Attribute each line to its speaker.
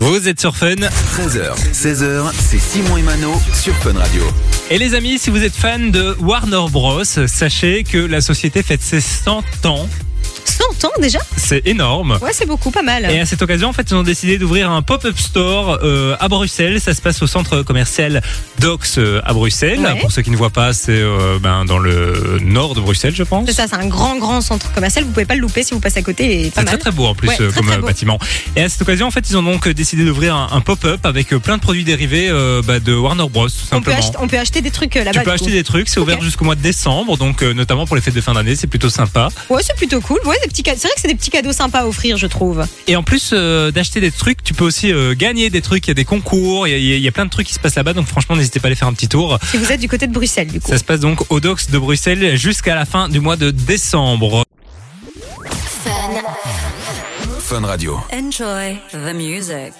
Speaker 1: vous êtes sur Fun.
Speaker 2: 13h, 16h, c'est Simon et Mano sur Fun Radio.
Speaker 1: Et les amis, si vous êtes fan de Warner Bros, sachez que la société fête ses 100 ans.
Speaker 3: 100 ans déjà
Speaker 1: C'est énorme.
Speaker 3: Ouais, c'est beaucoup, pas mal.
Speaker 1: Et à cette occasion, en fait, ils ont décidé d'ouvrir un pop-up store euh, à Bruxelles. Ça se passe au centre commercial Dox euh, à Bruxelles.
Speaker 3: Ouais.
Speaker 1: Pour ceux qui ne voient pas, c'est euh, ben, dans le nord de Bruxelles, je pense.
Speaker 3: C'est ça, c'est un grand, grand centre commercial. Vous pouvez pas le louper si vous passez à côté. Et pas
Speaker 1: C'est
Speaker 3: mal.
Speaker 1: très très beau en plus
Speaker 3: Ouais,
Speaker 1: euh,
Speaker 3: très,
Speaker 1: comme
Speaker 3: très
Speaker 1: euh,
Speaker 3: beau.
Speaker 1: bâtiment. Et à cette occasion, en fait, ils ont donc euh, décidé d'ouvrir un, un pop-up avec euh, plein de produits dérivés euh, bah, de Warner Bros. Tout
Speaker 3: on, peut
Speaker 1: simplement.
Speaker 3: acheter, on peut acheter des trucs euh, là-bas.
Speaker 1: tu peux
Speaker 3: du
Speaker 1: acheter
Speaker 3: coup.
Speaker 1: des trucs, c'est ouvert
Speaker 3: Ok.
Speaker 1: jusqu'au mois de décembre, donc euh, notamment pour les fêtes de fin d'année, c'est plutôt sympa.
Speaker 3: Ouais, c'est plutôt cool. Ouais, des petits cadeaux. C'est vrai que c'est des petits cadeaux sympas à offrir, je trouve.
Speaker 1: Et en plus euh, d'acheter des trucs, tu peux aussi euh, gagner des trucs, il y a des concours, il y a- il y, a- il y a plein de trucs qui se passent là-bas, donc franchement n'hésitez pas à aller faire un petit tour.
Speaker 3: Si vous êtes du côté de Bruxelles, du coup.
Speaker 1: Ça se passe donc au Dox de Bruxelles jusqu'à la fin du mois de décembre.
Speaker 2: Fun Radio.
Speaker 4: Enjoy the music.